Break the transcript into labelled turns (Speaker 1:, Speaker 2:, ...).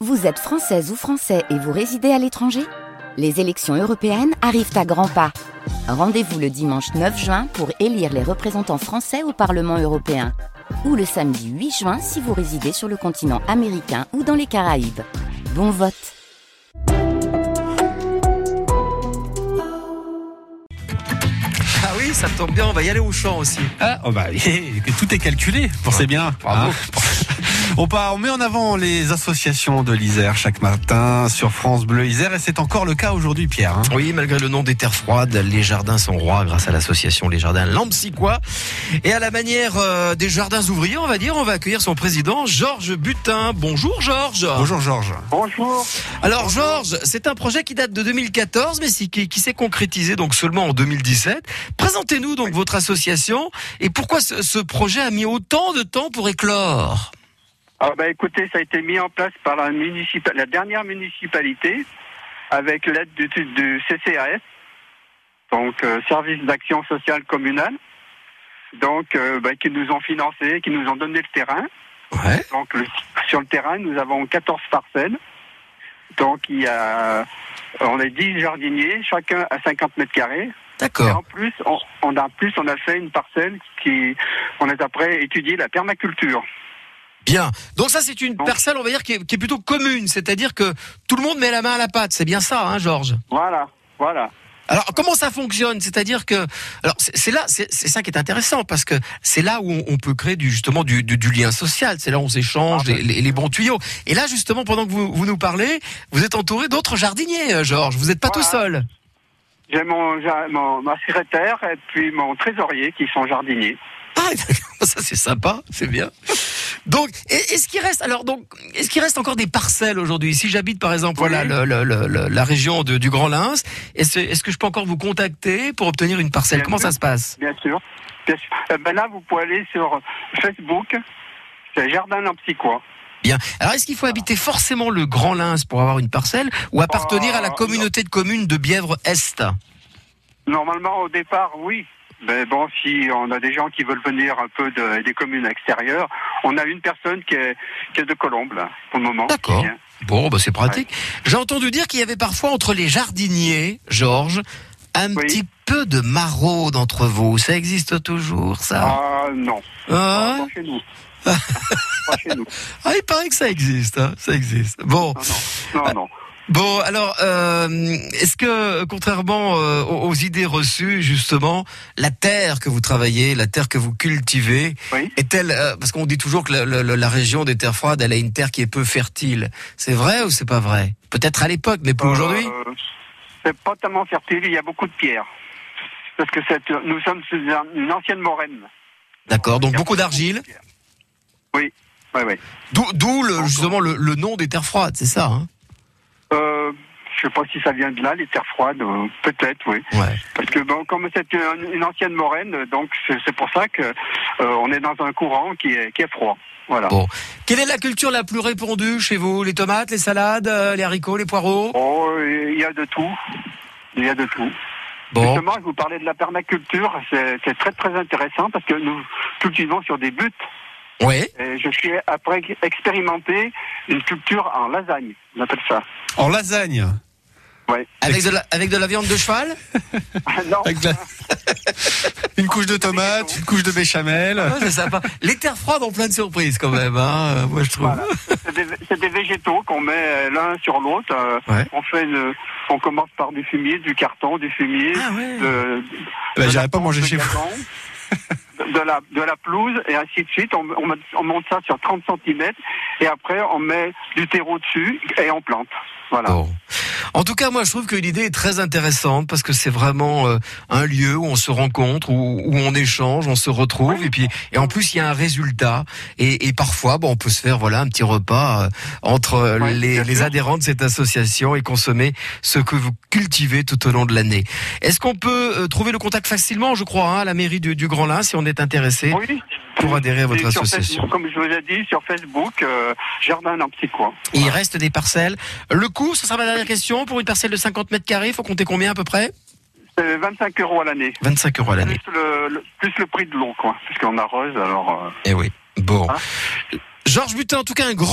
Speaker 1: Vous êtes française ou français et vous résidez à l'étranger Les élections européennes arrivent à grands pas. Rendez-vous le dimanche 9 juin pour élire les représentants français au Parlement européen. Ou le samedi 8 juin si vous résidez sur le continent américain ou dans les Caraïbes. Bon vote
Speaker 2: Ah oui, ça tombe bien, on va y aller au champ aussi.
Speaker 3: Ah, oh bah, tout est calculé, pensez bien.
Speaker 2: Bravo.
Speaker 3: hein. On, part, on met en avant les associations de l'Isère chaque matin sur France Bleu Isère et c'est encore le cas aujourd'hui Pierre. hein.
Speaker 2: Oui, malgré le nom des terres froides, les jardins sont rois grâce à l'association Les Jardins Lampsicois. Et à la manière euh, des jardins ouvriers, on va dire, on va accueillir son président, Georges Butin. Bonjour Georges.
Speaker 3: Bonjour Georges.
Speaker 4: Bonjour.
Speaker 2: Alors Georges, c'est un projet qui date de 2014, mais si- qui, qui s'est concrétisé donc seulement en 2017. Présentez-nous donc votre association et pourquoi ce, ce projet a mis autant de temps pour éclore.
Speaker 4: Ah bah écoutez, ça a été mis en place par la, municipa- la dernière municipalité avec l'aide du, du CCAS, donc euh, Service d'action sociale communale, donc euh, bah, qui nous ont financé, qui nous ont donné le terrain.
Speaker 2: Ouais.
Speaker 4: Donc le- sur le terrain, nous avons 14 parcelles. Donc il y a, on est 10 jardiniers, chacun à 50 mètres carrés. Et
Speaker 2: D'accord.
Speaker 4: en plus, on, on a, en plus, on a fait une parcelle qui, on a après étudié la permaculture.
Speaker 2: Bien. Donc ça, c'est une
Speaker 4: Donc-
Speaker 2: parcelle, on va dire, qui est, qui est plutôt commune. C'est-à-dire que tout le monde met la main à la pâte. C'est bien ça, hein, Georges
Speaker 4: Voilà, voilà.
Speaker 2: Alors, comment ça fonctionne C'est-à-dire que... Alors, c'est c'est là, c'est c'est ça qui est intéressant, parce que c'est là où on, on peut créer du, justement du, du- du lien social. C'est là où on s'échange
Speaker 4: Ah,
Speaker 2: les, les- les bons tuyaux. Et là, justement, pendant que vous, vous nous parlez, vous êtes entouré d'autres jardiniers, euh, Georges. Vous n'êtes pas
Speaker 4: Voilà.
Speaker 2: tout seul.
Speaker 4: J'ai mon, j'ai mon- ma secrétaire et puis mon trésorier qui sont jardiniers.
Speaker 2: Ah, d'accord, ça c'est sympa, c'est bien. Donc, et- est-ce qu'il reste alors donc est-ce qu'il reste encore des parcelles aujourd'hui Si j'habite par exemple
Speaker 4: Oui.
Speaker 2: voilà le- le- le- le- la région de- du Grand Lins, est-ce est-ce que je peux encore vous contacter pour obtenir une parcelle
Speaker 4: Bien
Speaker 2: Comment
Speaker 4: sûr.
Speaker 2: ça se passe
Speaker 4: Bien sûr. Bien sûr. Eh ben là, vous pouvez aller sur Facebook, c'est Jardin Lampsicois.
Speaker 2: Bien. Alors est-ce qu'il faut habiter forcément le Grand Lins pour avoir une parcelle ou appartenir à la
Speaker 4: Oh,
Speaker 2: communauté de communes de Bièvre Est
Speaker 4: Normalement, au départ, oui. Mais bon, si on a des gens qui veulent venir un peu de- des communes extérieures, on a une personne qui est, qui est de Colombes, là, pour le moment.
Speaker 2: D'accord.
Speaker 4: qui vient.
Speaker 2: Bon, bah, c'est pratique. J'ai entendu dire qu'il y avait parfois entre les jardiniers, Georges, un
Speaker 4: Oui.
Speaker 2: petit peu de maraude entre vous. Ça existe toujours, ça
Speaker 4: Ah non,
Speaker 2: Hein
Speaker 4: pas chez nous. pas chez nous.
Speaker 2: Ah, il paraît que ça existe, hein, ça existe. Bon,
Speaker 4: Non, non. non, non.
Speaker 2: bon. Alors, euh, est-ce que, contrairement euh, aux aux idées reçues, justement, la terre que vous travaillez, la terre que vous cultivez,
Speaker 4: Oui.
Speaker 2: est-elle euh, Parce qu'on dit toujours que la, la- la région des terres froides, elle a une terre qui est peu fertile. C'est vrai ou c'est pas vrai Peut-être à l'époque, mais plus aujourd'hui.
Speaker 4: Euh, C'est pas tellement fertile, il y a beaucoup de pierres. Parce que cette, nous sommes sous un- une ancienne moraine.
Speaker 2: D'accord.
Speaker 4: Il
Speaker 2: Donc
Speaker 4: y a
Speaker 2: beaucoup d'argile.
Speaker 4: de pierres. Oui, oui, oui.
Speaker 2: D'où, d'où le-
Speaker 4: Encore.
Speaker 2: justement le, le nom des terres froides, c'est ça hein
Speaker 4: Euh, je sais pas si ça vient de là, les terres froides, euh, peut-être, oui.
Speaker 2: Ouais.
Speaker 4: Parce que bon, comme c'est une, une ancienne moraine, euh, donc c'est c'est pour ça que euh, on est dans un courant qui est, qui est froid. Voilà.
Speaker 2: Bon. Quelle est la culture la plus répandue chez vous Les tomates, les salades, euh, les haricots, les poireaux
Speaker 4: Oh, il y a de tout. Il y a de tout.
Speaker 2: Bon.
Speaker 4: Justement, je vous parlais de la permaculture. C'est c'est très très intéressant parce que nous cultivons sur des buttes.
Speaker 2: Ouais.
Speaker 4: Et je suis après expérimenté une culture en lasagne, on appelle ça.
Speaker 3: En lasagne.
Speaker 2: Avec de, la, avec de la viande de cheval
Speaker 4: non,
Speaker 3: Avec de la- une couche de tomates, une couche de béchamel.
Speaker 2: Ouais, Ah, C'est sympa. Les terres froides ont plein de surprises quand même, hein, euh, moi je trouve.
Speaker 4: Voilà. c'est des, c'est des végétaux qu'on met euh, l'un sur l'autre. Euh,
Speaker 2: Ouais.
Speaker 4: On fait une- on commence par du fumier, du carton, du fumier,
Speaker 2: Ah ouais.
Speaker 4: de,
Speaker 3: Bah, J'irai
Speaker 2: Oh,
Speaker 3: pas manger
Speaker 4: de
Speaker 3: chez vous.
Speaker 4: gazon, de la de la pelouse et ainsi de suite. On, on met- on monte ça sur 30 cm et après on met du terreau dessus et on plante. Voilà.
Speaker 2: Bon. En tout cas, moi, je trouve que l'idée est très intéressante parce que c'est vraiment euh, un lieu où on se rencontre, où, où on échange, on se retrouve, et puis et en plus il y a un résultat. Et, et parfois, bon, on peut se faire voilà un petit repas euh, entre euh,
Speaker 4: Ouais,
Speaker 2: les,
Speaker 4: bien
Speaker 2: les
Speaker 4: sûr.
Speaker 2: adhérents de cette association et consommer ce que vous cultivez tout au long de l'année. Est-ce qu'on peut euh, trouver le contact facilement, je crois, hein, à la mairie du, du Grand Lin, si on est intéressé
Speaker 4: Oui.
Speaker 2: pour adhérer à votre
Speaker 4: Et sur
Speaker 2: association
Speaker 4: Facebook, comme je vous ai dit, sur Facebook, euh, Jardin en petit coin.
Speaker 2: Et Il reste des parcelles. Le coût, ce sera ma dernière question. Pour une parcelle de 50 mètres carrés, il faut compter combien à peu près
Speaker 4: C'est 25 euros à l'année.
Speaker 2: 25 euros à l'année.
Speaker 4: Plus le, le- plus le prix de l'eau, quoi. Parce qu'on arrose, alors. euh,
Speaker 2: Eh oui. Bon.
Speaker 4: Hein
Speaker 2: Georges Butin, en tout cas, un grand